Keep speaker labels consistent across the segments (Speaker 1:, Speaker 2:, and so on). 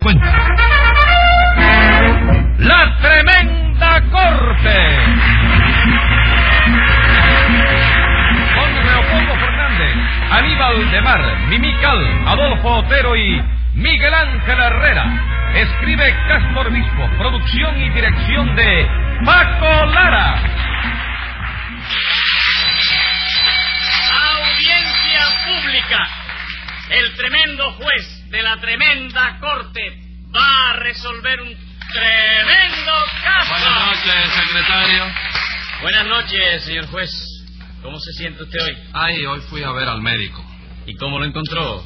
Speaker 1: Bueno. La tremenda corte. Con Leopoldo Fernández, Aníbal de Mar, Mimical, Adolfo Otero y Miguel Ángel Herrera. Escribe Castro Obispo, producción y dirección de Paco Lara.
Speaker 2: Audiencia pública. El tremendo juez de la tremenda corte va a resolver un tremendo caso.
Speaker 3: Buenas noches, secretario.
Speaker 2: Buenas noches, señor juez. ¿Cómo se siente usted hoy?
Speaker 3: Ay, hoy fui a ver al médico.
Speaker 2: ¿Y cómo lo encontró?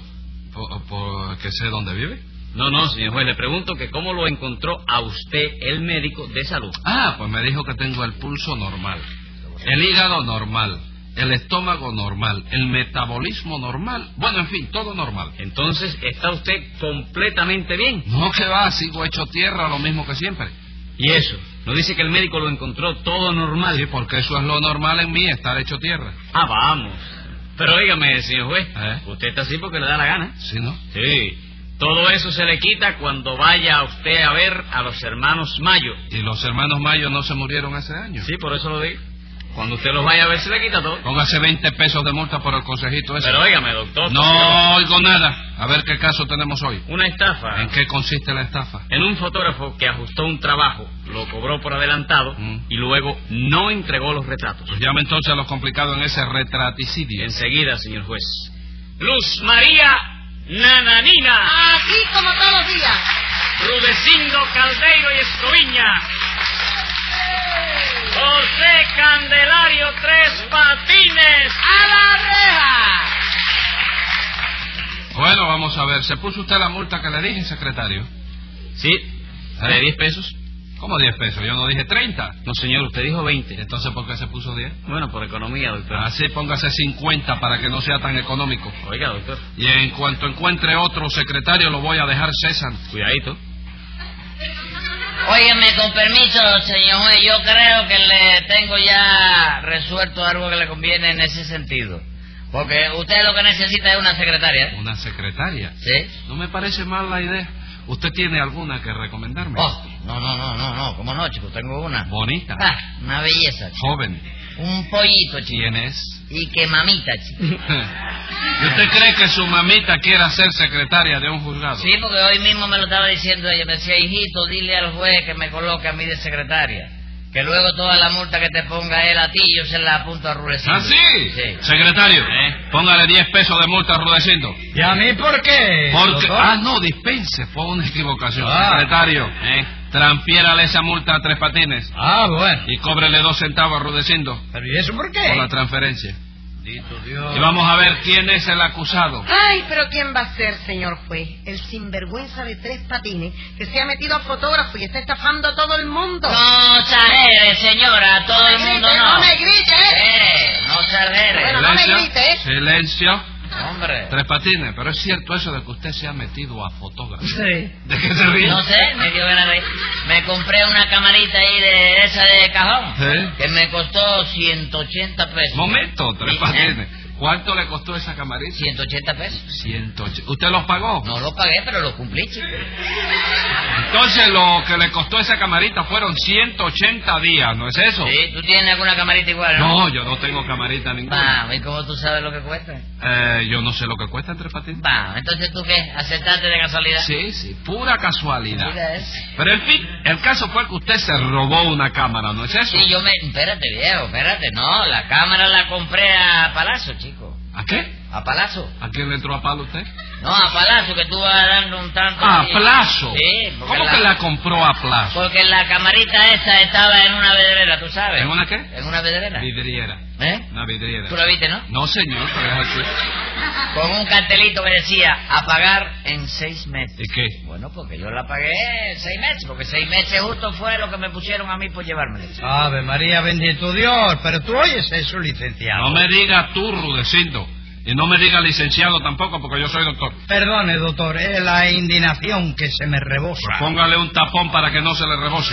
Speaker 3: ¿Por, porque sé dónde vive?
Speaker 2: No, no, señor juez, le pregunto que cómo lo encontró a usted el médico de salud.
Speaker 3: Ah, pues me dijo que tengo el pulso normal, el hígado normal, el estómago normal, el metabolismo normal. Bueno, en fin, todo normal.
Speaker 2: Entonces, ¿está usted completamente bien?
Speaker 3: No que va, sigo hecho tierra, lo mismo que siempre.
Speaker 2: ¿Y eso? ¿No dice que el médico lo encontró todo normal?
Speaker 3: Sí, porque eso es lo normal en mí, estar hecho tierra.
Speaker 2: Ah, vamos. Pero óigame, señor juez,
Speaker 3: ¿Eh?
Speaker 2: usted está así porque le da la gana.
Speaker 3: ¿Sí, no?
Speaker 2: Sí. Todo eso se le quita cuando vaya usted a ver a los hermanos Mayo.
Speaker 3: ¿Y los hermanos Mayo no se murieron hace años?
Speaker 2: Sí, por eso lo digo. Cuando usted los vaya a ver se le quita todo.
Speaker 3: Póngase 20 pesos de multa por el consejito ese.
Speaker 2: Pero óigame, doctor.
Speaker 3: No oigo nada. A ver qué caso tenemos hoy.
Speaker 2: Una estafa.
Speaker 3: ¿En qué consiste la estafa?
Speaker 2: En un fotógrafo que ajustó un trabajo, lo cobró por adelantado
Speaker 3: Mm.
Speaker 2: y luego no entregó los retratos.
Speaker 3: Pues llame entonces a lo complicado en ese retraticidio.
Speaker 2: Enseguida, señor juez. Luz María Nananina,
Speaker 4: Aquí como todos los días.
Speaker 2: Rudecindo Caldeiro y Escoviña, José Candelario Tres Patines,
Speaker 4: ¡A la reja!
Speaker 3: Bueno, vamos a ver. ¿Se puso usted la multa que le dije, secretario?
Speaker 2: Sí, de 10 pesos.
Speaker 3: ¿Cómo 10 pesos? Yo no dije 30.
Speaker 2: No, señor, usted dijo
Speaker 3: ¿Y
Speaker 2: 20.
Speaker 3: entonces por qué se puso 10?
Speaker 2: Bueno, por economía, doctor.
Speaker 3: Así póngase 50 para que no sea tan económico.
Speaker 2: Oiga, doctor,
Speaker 3: Y en cuanto encuentre otro secretario, lo voy a dejar César.
Speaker 2: cuidadito.
Speaker 4: Óyeme, con permiso, señor juez, yo creo que le tengo ya resuelto algo que le conviene en ese sentido. Porque usted lo que necesita es una secretaria.
Speaker 3: Una secretaria.
Speaker 4: ¿Sí?
Speaker 3: No me parece mal la idea. ¿Usted tiene alguna que recomendarme?
Speaker 4: Oh, no, no, no, no, no, como no, chico, tengo una.
Speaker 3: Bonita.
Speaker 4: Ah, una belleza, chico.
Speaker 3: Joven.
Speaker 4: Un pollito, chico.
Speaker 3: ¿Quién es?
Speaker 4: Y que mamita, chico.
Speaker 3: ¿Y usted cree que su mamita quiera ser secretaria de un juzgado?
Speaker 4: Sí, porque hoy mismo me lo estaba diciendo ella. Me decía, hijito, dile al juez que me coloque a mí de secretaria. Que luego toda la multa que te ponga él a ti, yo se la apunto a Rudecindo.
Speaker 3: ¿Ah, sí? Secretario,
Speaker 2: ¿Eh?
Speaker 3: póngale 10 pesos de multa a Rudecindo.
Speaker 5: ¿Y a mí por qué?
Speaker 3: Porque...
Speaker 5: doctor?
Speaker 3: Ah, no, dispense, fue una equivocación.
Speaker 5: Ah.
Speaker 3: Secretario,
Speaker 2: Eh.
Speaker 3: transfiérale esa multa a Tres Patines
Speaker 5: Ah, bueno.
Speaker 3: y cóbrele dos centavos a Rudecindo
Speaker 5: ¿Pero y eso por
Speaker 3: por la
Speaker 2: Eh.
Speaker 5: qué?
Speaker 3: transferencia.
Speaker 5: Bendito Dios.
Speaker 3: Y vamos a ver quién es el acusado.
Speaker 6: Ay, pero ¿quién va a ser, señor juez? El sinvergüenza de tres patines que se ha metido a fotógrafo y está estafando a todo el mundo.
Speaker 4: No exagere, señora, todo el
Speaker 6: me grite,
Speaker 4: mundo no.
Speaker 6: no me grite, ¿eh?
Speaker 4: Eh, no exagere.
Speaker 6: Bueno, no me grite, ¿eh?
Speaker 3: silencio.
Speaker 4: Hombre.
Speaker 3: Tres Patines, pero es cierto eso de que usted se ha metido a fotógrafo.
Speaker 4: Eh.
Speaker 5: Sí.
Speaker 3: ¿De qué se ríe?
Speaker 4: No sé, me dio ganas de... Me compré una camarita ahí de esa de cajón.
Speaker 3: ¿Eh?
Speaker 4: Que me costó 180 pesos.
Speaker 3: Momento, Tres
Speaker 4: Sí,
Speaker 3: Patines.
Speaker 4: ¿eh?
Speaker 3: ¿Cuánto le costó esa camarita?
Speaker 4: 180 pesos.
Speaker 3: 180. ¿Usted los pagó?
Speaker 4: No lo pagué, pero lo cumplí, chico.
Speaker 3: Entonces lo que le costó esa camarita fueron 180 días, ¿no es eso?
Speaker 4: Sí, tú tienes alguna camarita igual, ¿no?
Speaker 3: No, yo no tengo camarita ninguna.
Speaker 4: Vamos, ¿y cómo tú sabes lo que cuesta?
Speaker 3: Eh, yo no sé lo que cuesta Tres Patines.
Speaker 4: Vamos, entonces tú qué, aceptaste de casualidad.
Speaker 3: Sí, sí, pura casualidad.
Speaker 4: Mira eso.
Speaker 3: Pero en fin, el caso fue que usted se robó una cámara, ¿no es eso?
Speaker 4: Sí, yo me... Espérate, viejo, espérate. No, la cámara la compré a Palazzo, chico.
Speaker 3: ¿A qué?
Speaker 4: ¿A Palazzo?
Speaker 3: ¿A quién le entró a palo usted?
Speaker 4: No, a Palazzo, que tú vas dando un tanto...
Speaker 3: A
Speaker 4: así.
Speaker 3: plazo.
Speaker 4: Sí, porque
Speaker 3: Ah, ¿Cómo que la compró a plazo?
Speaker 4: Porque la camarita esa estaba en una vedrera, ¿tú sabes?
Speaker 3: ¿En una qué?
Speaker 4: ¿En una vedrera?
Speaker 3: Vidriera.
Speaker 4: ¿Eh?
Speaker 3: Una vidriera.
Speaker 4: ¿Tú la viste, no?
Speaker 3: No, señor, pero es así.
Speaker 4: Con un cartelito que decía, a pagar en seis meses.
Speaker 3: ¿Y qué?
Speaker 4: Bueno, porque yo la pagué seis meses, porque seis meses justo fue lo que me pusieron a mí por llevármela.
Speaker 5: Ave María, bendito Dios. Pero tú oyes eso, licenciado.
Speaker 3: No me diga tú, Rudecindo. Y no me diga licenciado tampoco, porque yo soy doctor.
Speaker 5: Perdone, doctor, es la indignación que se me rebosa.
Speaker 3: Pues Póngale un tapón para que no se le rebose.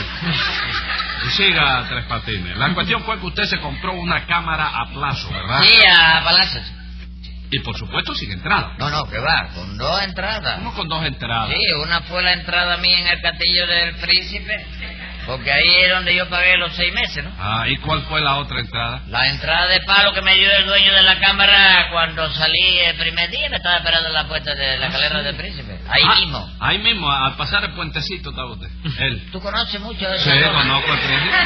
Speaker 3: Y siga, Tres Ah. Patines. La cuestión fue que usted se compró una cámara a plazo, ¿verdad?
Speaker 4: Sí, a Palazzo.
Speaker 3: Y por supuesto sin entrada.
Speaker 4: No, no, que va, con dos entradas.
Speaker 3: Vamos con dos entradas.
Speaker 4: Sí, una fue la entrada mía en el castillo del príncipe, porque ahí es donde yo pagué los seis meses, ¿no?
Speaker 3: Ah, ¿y cuál fue la otra entrada?
Speaker 4: La entrada de palo que me dio el dueño de la cámara cuando salí el primer día, me estaba esperando en la puerta de la calera del príncipe, ahí
Speaker 3: Ah,
Speaker 4: mismo.
Speaker 3: Ahí mismo, al pasar el puentecito estaba usted. Él.
Speaker 4: ¿Tú conoces mucho de eso?
Speaker 3: Sí, conozco el príncipe.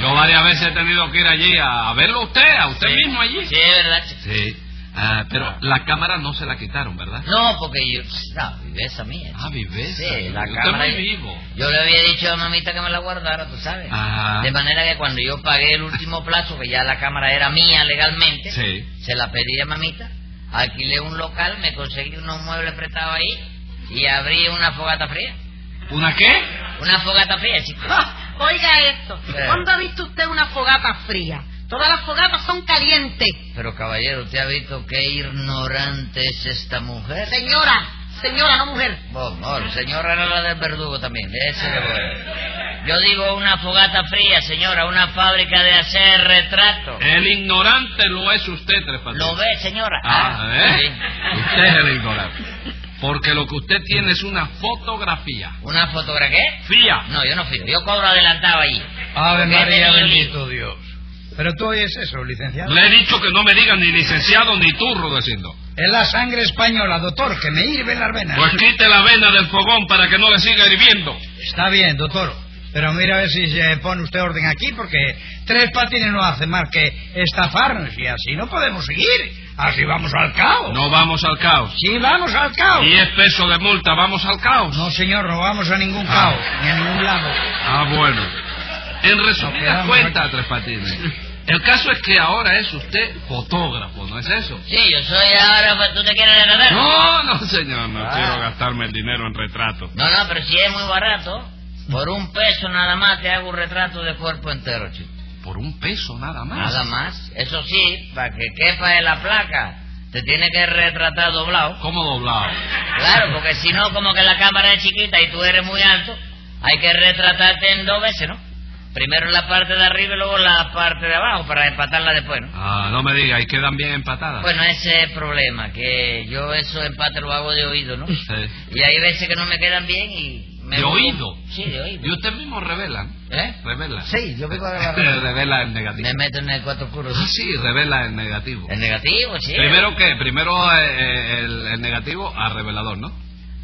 Speaker 3: Yo varias veces he tenido que ir allí a, a verlo a usted, a usted mismo allí.
Speaker 4: Sí, es verdad. chico.
Speaker 3: Sí. Ah, pero la cámara no se la quitaron, ¿verdad?
Speaker 4: No, porque yo... No, viveza mía.
Speaker 3: Ah, viveza.
Speaker 4: Sí, la
Speaker 3: Usted
Speaker 4: cámara...
Speaker 3: muy vivo.
Speaker 4: Yo le había dicho a mamita que me la guardara, tú sabes.
Speaker 3: Ah.
Speaker 4: De manera que cuando yo pagué el último plazo, que ya la cámara era mía legalmente,
Speaker 3: Sí.
Speaker 4: se la pedí a mamita, alquilé un local, me conseguí unos muebles prestados ahí y abrí una fogata fría.
Speaker 3: ¿Una qué?
Speaker 4: Una fogata fría, chicos.
Speaker 6: Ah, Oiga esto,
Speaker 4: Sí.
Speaker 6: ¿cuándo ha visto usted una fogata fría? Todas las fogatas son calientes.
Speaker 4: Pero caballero, ¿usted ha visto qué ignorante es esta mujer?
Speaker 6: Señora, señora, no mujer.
Speaker 4: Bueno, no, señora era la del verdugo también, de ese le voy. Yo digo una fogata fría, señora, una fábrica de hacer retratos.
Speaker 3: El ignorante lo es usted, Tres Patines.
Speaker 4: ¿Lo ve, señora?
Speaker 3: Ah, ¿eh?
Speaker 4: sí.
Speaker 3: Usted es el ignorante. Porque lo que usted tiene es una fotografía.
Speaker 4: ¿Una fotografía?
Speaker 3: Fía.
Speaker 4: No, yo no fío, yo cobro adelantado allí.
Speaker 5: Ave
Speaker 4: Porque he
Speaker 5: María,
Speaker 4: tenido lío.
Speaker 5: bendito Dios. Pero tú oyes eso, licenciado.
Speaker 3: Le he dicho que no me digan ni licenciado ni turro diciendo.
Speaker 5: Es la sangre española, doctor, que me hirve las venas.
Speaker 3: Pues quite la vena del fogón para que no le siga hirviendo.
Speaker 5: Está bien, doctor. Pero mira a ver si se pone usted orden aquí, porque tres patines no hace más que estafarnos y así no podemos seguir. Así vamos al caos.
Speaker 3: No vamos al caos.
Speaker 5: Sí, vamos al caos.
Speaker 3: Diez pesos de multa, vamos al caos.
Speaker 5: No, señor, no vamos a ningún caos, ni a ningún lado.
Speaker 3: Ah, bueno. En resumidas
Speaker 5: quedamos
Speaker 3: cuentas,
Speaker 5: aquí.
Speaker 3: Tres Patines, el caso es que ahora es usted fotógrafo, ¿no es eso?
Speaker 4: Sí, yo soy ahora, pues, ¿tú te quieres agradar?
Speaker 3: No, no, señor, no
Speaker 4: Eh. Ah.
Speaker 3: quiero gastarme el dinero en retrato.
Speaker 4: No, no, pero si es muy barato, por un peso nada más te hago un retrato de cuerpo entero, chico.
Speaker 3: Por un peso nada más.
Speaker 4: Nada más. Eso sí, para que quepa en la placa, te tiene que retratar doblado.
Speaker 3: ¿Cómo doblado?
Speaker 4: Claro, porque si no, como que la cámara es chiquita y tú eres muy alto, hay que retratarte en dos veces, ¿no? Primero la parte de arriba y luego la parte de abajo para empatarla después, ¿no?
Speaker 3: Ah, no me diga, y quedan bien empatadas.
Speaker 4: Bueno, ese es el problema, que yo eso empate lo hago de oído, ¿no?
Speaker 3: Sí.
Speaker 4: Y hay veces que no me quedan bien y... Me
Speaker 3: ¿De
Speaker 4: voy-
Speaker 3: oído?
Speaker 4: Sí, de oído.
Speaker 3: Y usted mismo revela, ¿no?
Speaker 4: ¿Eh?
Speaker 3: revela.
Speaker 4: Sí, yo vengo a
Speaker 3: revela el
Speaker 4: Me
Speaker 3: negativo.
Speaker 4: meto en el cuatro oscuro.
Speaker 3: Ah, sí, revela el negativo.
Speaker 4: El negativo, sí.
Speaker 3: Primero que, primero eh, eh, el, el negativo a revelador, ¿no?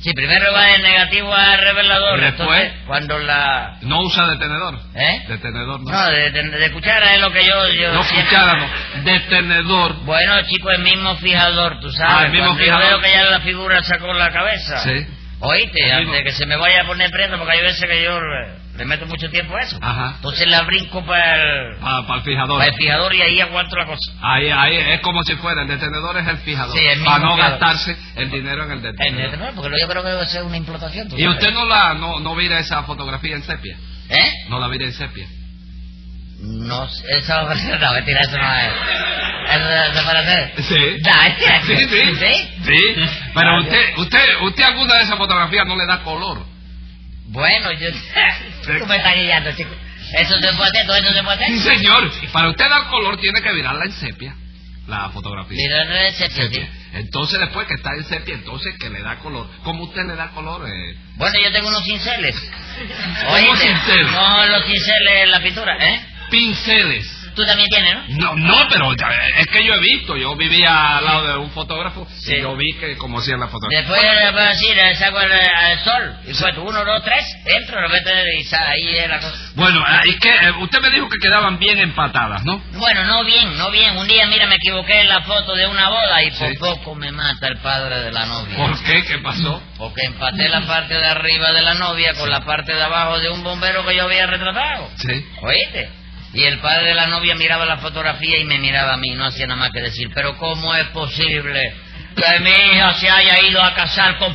Speaker 4: Sí, primero va el negativo al revelador.
Speaker 3: ¿Y después?
Speaker 4: Entonces, cuando la...
Speaker 3: No usa detenedor.
Speaker 4: ¿Eh?
Speaker 3: Detenedor, no.
Speaker 4: No, de, de- de cuchara es lo que yo... yo
Speaker 3: No
Speaker 4: siempre-
Speaker 3: cuchara, no. Detenedor.
Speaker 4: Bueno, chico, el mismo fijador, tú sabes.
Speaker 3: Ah, el mismo
Speaker 4: Cuando yo
Speaker 3: fijador.
Speaker 4: veo que ya la figura sacó la cabeza.
Speaker 3: Sí.
Speaker 4: Oíste,
Speaker 3: El
Speaker 4: antes
Speaker 3: mismo.
Speaker 4: que se me vaya a poner prenda, porque hay veces que yo le, le meto mucho tiempo a eso.
Speaker 3: Ajá.
Speaker 4: Entonces la brinco para el,
Speaker 3: Para el fijador.
Speaker 4: pa' el fijador y ahí aguanto la cosa.
Speaker 3: Ahí, ahí, es como si fuera. El detenedor es el fijador.
Speaker 4: Sí, el mismo
Speaker 3: para no
Speaker 4: fijador.
Speaker 3: gastarse el dinero en el
Speaker 4: Eh,
Speaker 3: detenedor.
Speaker 4: no, Porque yo creo que debe ser una implotación. tú
Speaker 3: ¿Y
Speaker 4: sabes.
Speaker 3: usted no la, no, no vira esa fotografía en sepia?
Speaker 4: ¿Eh?
Speaker 3: No la vira en sepia.
Speaker 4: No, sé, eso no, mentira, eso no es. Eso se puede hacer.
Speaker 3: Sí.
Speaker 4: Da,
Speaker 3: ¿Eh? Sí, sí.
Speaker 4: ¿Sí?
Speaker 3: Sí. Pero
Speaker 4: Vaya.
Speaker 3: usted, usted, usted alguna de esas fotografías no le da color.
Speaker 4: Bueno, yo. Tú me estás guiando, chico. Eso se puede hacer, todo eso se puede
Speaker 3: Sí,
Speaker 4: hacer.
Speaker 3: señor. Para usted dar color tiene que virarla en sepia, la fotografía.
Speaker 4: Mira, no es sepia,
Speaker 3: Sepia.
Speaker 4: sí.
Speaker 3: Entonces después que está en sepia, entonces que le da color. ¿Cómo usted le da color? eh?
Speaker 4: Bueno, yo tengo unos cinceles.
Speaker 3: ¿Cómo cinceles?
Speaker 4: No, los cinceles en la pintura, ¿eh?
Speaker 3: Pinceles.
Speaker 4: Tú también tienes,
Speaker 3: No,
Speaker 4: ¿no?
Speaker 3: no, pero ya, es que yo he visto, yo vivía al lado de un fotógrafo
Speaker 4: Sí.
Speaker 3: y yo vi que como hacían la fotografía.
Speaker 4: Después le voy a decir, eh, saco el, eh, al sol. Y cuento, uno, dos, tres, entro, lo meto y sa- ahí es la cosa.
Speaker 3: Bueno, eh, es que eh, usted me dijo que quedaban bien empatadas, ¿no?
Speaker 4: Bueno, no bien, no bien. Un día, mira, me equivoqué en la foto de una boda y por
Speaker 3: Sí.
Speaker 4: poco me mata el padre de la novia.
Speaker 3: ¿Por qué? ¿Qué pasó?
Speaker 4: Porque empaté la parte de arriba de la novia con la parte de abajo de un bombero que yo había retratado.
Speaker 3: Sí.
Speaker 4: ¿Oíste? Y el padre de la novia miraba la fotografía y me miraba a mí, no hacía nada más que decir, pero ¿cómo es posible que mi hija se haya ido a casar con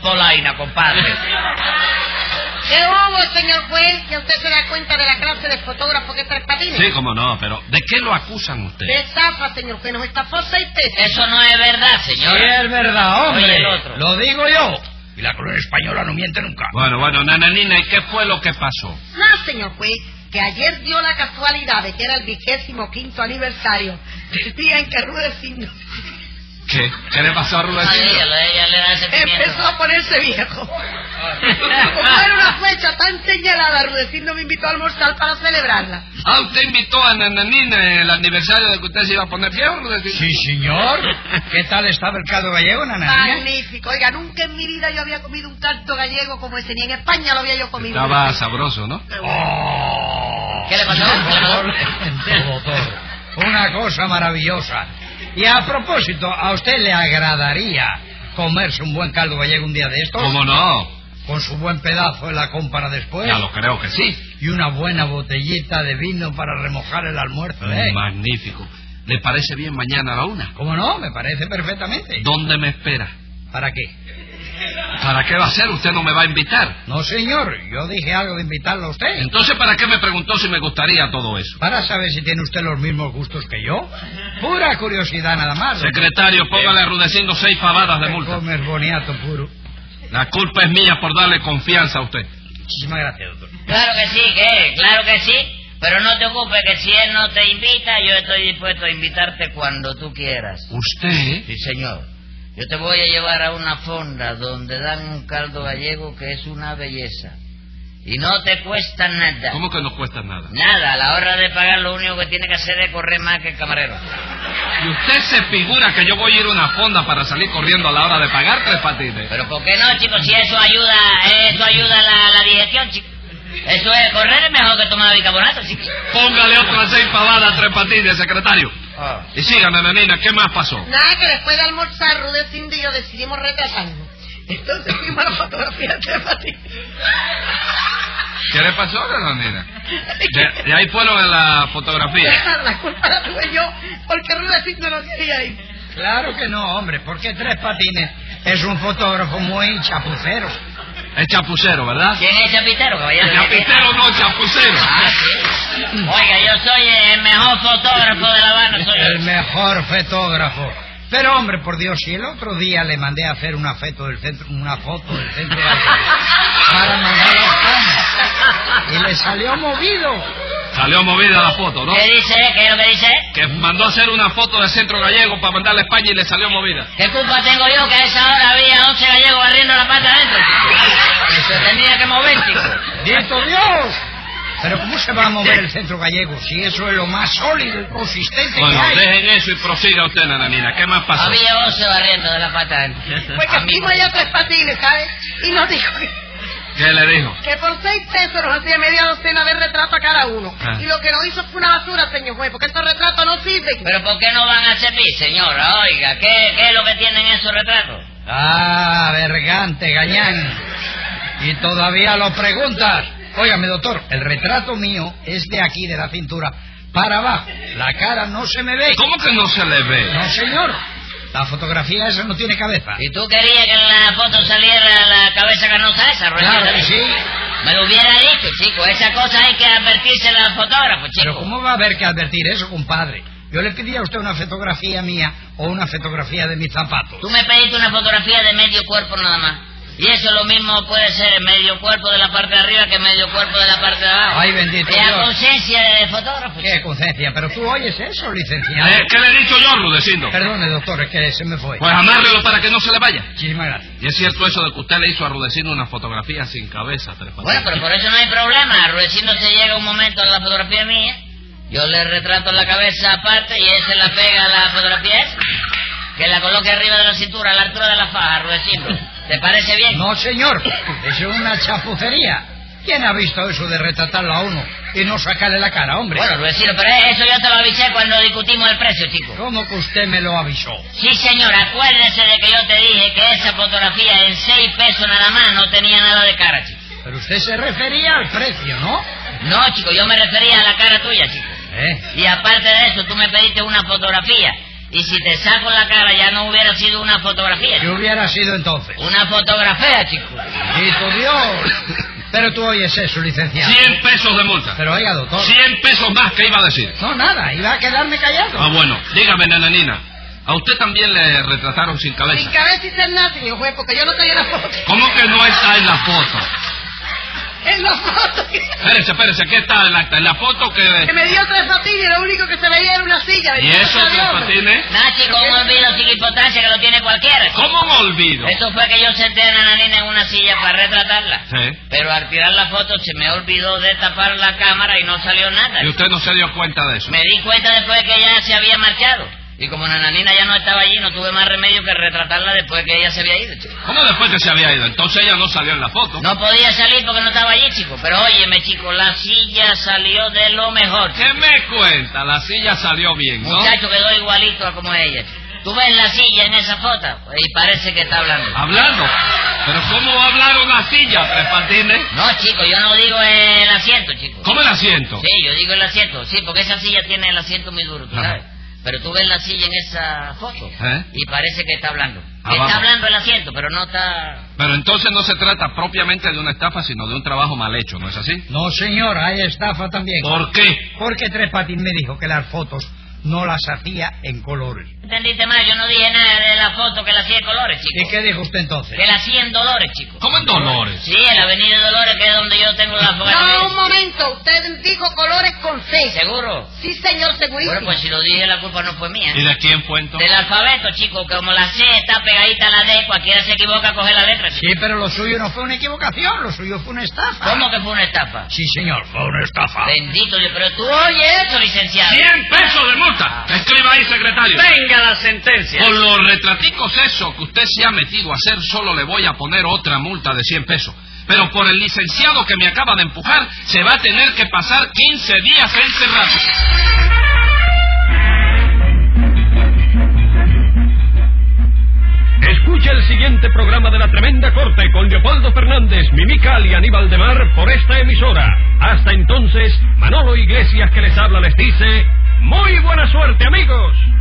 Speaker 4: Polaina, compadre?
Speaker 6: ¿Qué hubo, señor juez? ¿Ya usted se da cuenta de la clase de fotógrafo que es tres patines?
Speaker 3: Sí, cómo no, pero ¿de qué lo acusan usted?
Speaker 6: De estafa, señor juez, nos estafó seis veces.
Speaker 4: Eso no es verdad,
Speaker 5: Sí,
Speaker 4: señora.
Speaker 5: es verdad,
Speaker 4: Oye,
Speaker 5: hombre.
Speaker 4: el otro.
Speaker 5: Lo digo yo. Y la corona española no miente nunca.
Speaker 3: Bueno, bueno, nananina, ¿y qué fue lo que pasó?
Speaker 6: No, señor juez, que ayer dio la casualidad de que era el vigésimo quinto aniversario del día en que Rudecindo
Speaker 3: ¿Qué? ¿Qué le pasó a
Speaker 4: Ay,
Speaker 3: Rudecindo?
Speaker 4: ella, ella le da ese
Speaker 6: Empezó
Speaker 4: pimiento.
Speaker 6: a ponerse viejo. Como era una fecha tan señalada, Rudecindo me invitó a almorzar para celebrarla.
Speaker 3: Ah, usted invitó a Nananina el aniversario de que usted se iba a poner viejo, Rudecindo.
Speaker 5: Sí, señor. ¿Qué tal estaba el caldo gallego, Nananina?
Speaker 6: Magnífico. Oiga, nunca en mi vida yo había comido un canto gallego como ese, ni en España lo había yo comido.
Speaker 3: Estaba sabroso, ¿no?
Speaker 5: Oh,
Speaker 4: ¿Qué le pasó? ¿Qué le pasó?
Speaker 5: Doctor, Una cosa maravillosa. Y a propósito, ¿a usted le agradaría comerse un buen caldo gallego un día de estos?
Speaker 3: ¿Cómo no?
Speaker 5: Con su buen pedazo de la compra después.
Speaker 3: Ya lo creo que sí.
Speaker 5: Y una buena botellita de vino para remojar el almuerzo, ¿eh?
Speaker 4: Mm,
Speaker 3: Magnífico. ¿Le parece bien mañana a la una?
Speaker 5: ¿Cómo no? Me parece perfectamente.
Speaker 3: ¿Dónde me espera?
Speaker 5: ¿Para qué?
Speaker 3: ¿Para qué va a ser? Usted no me va a invitar.
Speaker 5: No, señor. Yo dije algo de invitarlo a usted.
Speaker 3: Entonces, ¿para qué me preguntó si me gustaría todo eso?
Speaker 5: Para saber si tiene usted los mismos gustos que yo. Pura curiosidad nada más.
Speaker 3: Secretario, póngale a Rudecindo seis pavadas de multa.
Speaker 5: Comer boniato puro.
Speaker 3: La culpa es mía por darle confianza a usted.
Speaker 5: Muchísimas gracias, doctor.
Speaker 4: Claro que sí, que claro que sí. Pero no te ocupes que si él no te invita, yo estoy dispuesto a invitarte cuando tú quieras.
Speaker 3: ¿Usted?
Speaker 4: Sí, señor. Yo te voy a llevar a una fonda donde dan un caldo gallego que es una belleza. Y no te cuesta nada.
Speaker 3: ¿Cómo que no cuesta nada?
Speaker 4: Nada, a la hora de pagar lo único que tiene que hacer es correr más que el camarero.
Speaker 3: ¿Y usted se figura que yo voy a ir a una fonda para salir corriendo a la hora de pagar tres patines?
Speaker 4: Pero ¿por qué no, chicos? Si eso ayuda, eso ayuda a la, la digestión, chicos. Eso es, correr es mejor que tomar bicarbonato, chicos.
Speaker 3: Póngale otras seis pavadas a tres patines, secretario. Y sígame, menina, ¿qué más pasó?
Speaker 6: Nada, que después de almorzar, Rudecindo y yo decidimos retratarnos. Entonces fuimos a la fotografía de Patín.
Speaker 3: ¿Qué le pasó a la nena? De, de ahí fueron a la fotografía.
Speaker 6: La culpa la tuve yo, porque Rudecindo no quería ir.
Speaker 5: Claro que no, hombre, porque Tres Patines es un fotógrafo muy chapucero.
Speaker 3: Es chapucero, ¿verdad?
Speaker 4: ¿Quién es chapitero, caballero?
Speaker 3: Chapucero no, chapucero.
Speaker 4: Ah, sí. Oiga, yo soy el mejor fotógrafo de La Habana, soy
Speaker 5: El mejor fotógrafo. Pero, hombre, por Dios, si el otro día le mandé a hacer una foto del centro, una foto del centro de Alcalá para mandar a España. Y le salió movido.
Speaker 3: Salió movida la foto, ¿no?
Speaker 4: ¿Qué dice? ¿Qué es lo que dice?
Speaker 3: Que mandó a hacer una foto de centro gallego para mandarle a España y le salió movida.
Speaker 4: ¿Qué culpa tengo yo que a esa hora había 11 gallegos barriendo la pata adentro? chico? Se tenía que mover, chico.
Speaker 5: ¡Dito Dios! Pero ¿cómo se va a mover el centro gallego si eso es lo más sólido y consistente que
Speaker 3: Bueno,
Speaker 5: hay?
Speaker 3: dejen eso y prosiga usted, nananina. ¿Qué más pasó?
Speaker 4: Había 11 barriendo de la pata adentro.
Speaker 6: Porque fuimos allá a tres patines, ¿sabes? Y nos dijo que,
Speaker 3: ¿Qué le dijo?
Speaker 6: que por seis pesos nos hacía media docena de retratos a cada uno.
Speaker 3: Ah.
Speaker 6: Y lo que nos hizo fue una basura, señor juez, porque estos retratos no sirven.
Speaker 4: Pero ¿por qué no van a servir, señora? Oiga, ¿qué, qué es lo que tienen esos retratos?
Speaker 5: Ah, vergante, gañán. Y todavía lo preguntas. Óigame, doctor, el retrato mío es de aquí, de la cintura, para abajo. La cara no se me ve.
Speaker 3: ¿Cómo que no se le ve?
Speaker 5: No, señor. La fotografía esa no tiene cabeza.
Speaker 4: ¿Y tú querías que en la foto saliera la cabeza canosa esa, Roger?
Speaker 5: Claro que sí.
Speaker 4: Me lo hubiera dicho, chico. Esa cosa hay que advertírsela al fotógrafo, chico.
Speaker 5: Pero ¿cómo va a haber que advertir eso, compadre? Yo le pedí a usted una fotografía mía o una fotografía de mis zapatos.
Speaker 4: Tú me pediste una fotografía de medio cuerpo nada más. Y eso lo mismo puede ser medio cuerpo de la parte de arriba que medio cuerpo de la parte de abajo.
Speaker 5: Ay, bendito
Speaker 4: Es la
Speaker 5: Dios.
Speaker 4: conciencia de fotógrafo.
Speaker 5: Qué conciencia, pero tú oyes eso, licenciado.
Speaker 3: Eh, ¿Qué le he dicho yo, Rudecindo?
Speaker 5: Perdone, doctor, es que se me fue.
Speaker 3: Pues amárrelo para que no se le vaya.
Speaker 5: Muchísimas gracias.
Speaker 3: Y es cierto eso de que usted le hizo a Rudecindo una fotografía sin cabeza, Tres Patines.
Speaker 4: Bueno, pero por eso no hay problema. Rudecindo se llega un momento a la fotografía mía, yo le retrato la cabeza aparte y él se la pega a la fotografía esa, que la coloque arriba de la cintura, a la altura de la faja, Rudecindo. ¿Te parece bien?
Speaker 5: No, señor, eso es una chapucería. ¿Quién ha visto eso de retratarlo a uno y no sacarle la cara, hombre?
Speaker 4: Bueno, Rudecindo, pero eso yo te lo avisé cuando discutimos el precio, chico.
Speaker 5: ¿Cómo que usted me lo avisó?
Speaker 4: Sí, señor, acuérdese de que yo te dije que esa fotografía en seis pesos nada más no tenía nada de cara, chico.
Speaker 5: Pero usted se refería al precio, ¿no?
Speaker 4: No, chico, yo me refería a la cara tuya, chico.
Speaker 5: ¿Eh?
Speaker 4: Y aparte de eso, tú me pediste una fotografía. Y si te saco la cara, ya no hubiera sido una fotografía.
Speaker 5: ¿Qué hubiera sido entonces?
Speaker 4: Una fotografía, chico.
Speaker 5: ¡Dito Dios! Pero tú oyes eso, licenciado.
Speaker 3: 100 pesos de multa.
Speaker 5: Pero oiga, doctor.
Speaker 3: 100 pesos más que iba a decir.
Speaker 5: No, nada, iba a quedarme callado.
Speaker 3: Ah, bueno. Dígame, nananina. ¿A usted también le retrataron sin
Speaker 6: Sin
Speaker 3: cabeza?
Speaker 6: cabeza y ser nada, señor juez, porque yo no tenía la foto.
Speaker 3: ¿Cómo que no está en la foto?
Speaker 6: en la foto que,
Speaker 3: Espérese, espérese, aquí está el acta. En la foto
Speaker 6: que
Speaker 3: que...
Speaker 6: me dio tres patines, lo único que se veía era una silla.
Speaker 3: ¿Y
Speaker 6: bendito
Speaker 3: eso,
Speaker 6: sea
Speaker 3: tres
Speaker 6: Dios.
Speaker 3: patines?
Speaker 4: Nada, chico, un olvido sin importancia que lo tiene cualquiera. chico.
Speaker 3: ¿Cómo me olvido?
Speaker 4: Eso fue que yo senté a Nananina en una silla para retratarla.
Speaker 3: Sí.
Speaker 4: Pero al tirar la foto se me olvidó de tapar la cámara y no salió nada.
Speaker 3: Y usted no se dio cuenta de eso.
Speaker 4: Me di cuenta después que ella se había marchado. Y como Nananina ya no estaba allí, no tuve más remedio que retratarla después que ella se había ido, chico.
Speaker 3: ¿Cómo después que se había ido? Entonces ella no salió en la foto.
Speaker 4: No podía salir porque no estaba allí, chico. Pero óyeme, chico, la silla salió de lo mejor. chico.
Speaker 3: ¿Qué me cuenta? La silla salió bien, ¿no?
Speaker 4: Muchacho quedó igualito a como ella. chico. Tú ves la silla en esa foto Pues, y parece que está hablando.
Speaker 3: Hablando. ¿Pero cómo va a hablar una silla, Tres Patines?
Speaker 4: No, chico, yo no digo el asiento, chico.
Speaker 3: ¿Cómo el asiento?
Speaker 4: Sí, yo digo el asiento, sí, porque esa silla tiene el asiento muy duro, tú
Speaker 3: Ajá.
Speaker 4: sabes. Pero tú ves la silla en esa foto
Speaker 3: ¿Eh?
Speaker 4: y parece que está hablando.
Speaker 3: Ah,
Speaker 4: está
Speaker 3: vamos.
Speaker 4: hablando el asiento, pero no está...
Speaker 3: Pero entonces no se trata propiamente de una estafa, sino de un trabajo mal hecho, ¿no es así?
Speaker 5: No, señor, hay estafa también.
Speaker 3: ¿Por qué?
Speaker 5: Porque Tres Patines me dijo que las fotos no las hacía en colores.
Speaker 4: ¿Entendiste más? Yo no dije nada de la foto que la hacía en colores,
Speaker 5: ¿Y
Speaker 4: chico.
Speaker 5: qué dijo usted entonces?
Speaker 4: Que la hacía en Dolores, chico.
Speaker 3: ¿Cómo en Dolores?
Speaker 4: Sí, en la avenida de Dolores, que es donde yo tengo la fogata.
Speaker 6: No, un momento, usted dijo colores con C.
Speaker 4: ¿Seguro?
Speaker 6: Sí, señor, segurísimo.
Speaker 4: Bueno, pues si lo dije, la culpa no fue mía.
Speaker 3: ¿Y de quién fue entonces?
Speaker 4: Del alfabeto, chico, que como la C está pegadita a la D, cualquiera se equivoca, coge la letra,
Speaker 5: Sí,
Speaker 4: chico.
Speaker 5: pero lo suyo no fue una equivocación, lo suyo fue una estafa.
Speaker 4: ¿Cómo que fue una estafa?
Speaker 5: Sí, señor, fue una estafa.
Speaker 4: Bendito Dios, pero tú oyes eso, licenciado.
Speaker 3: 100 pesos de multa. Escriba ahí, secretario.
Speaker 2: Venga la sentencia.
Speaker 3: Con los retraticos eso que usted se ha metido a hacer, solo le voy a poner otra multa de 100 pesos. Pero por el licenciado que me acaba de empujar, se va a tener que pasar 15 días encerrado.
Speaker 1: Escucha el siguiente programa de La Tremenda Corte con Leopoldo Fernández, Mimical y Aníbal de Mar por esta emisora. Hasta entonces, Manolo Iglesias que les habla les dice, ¡Muy buena suerte amigos!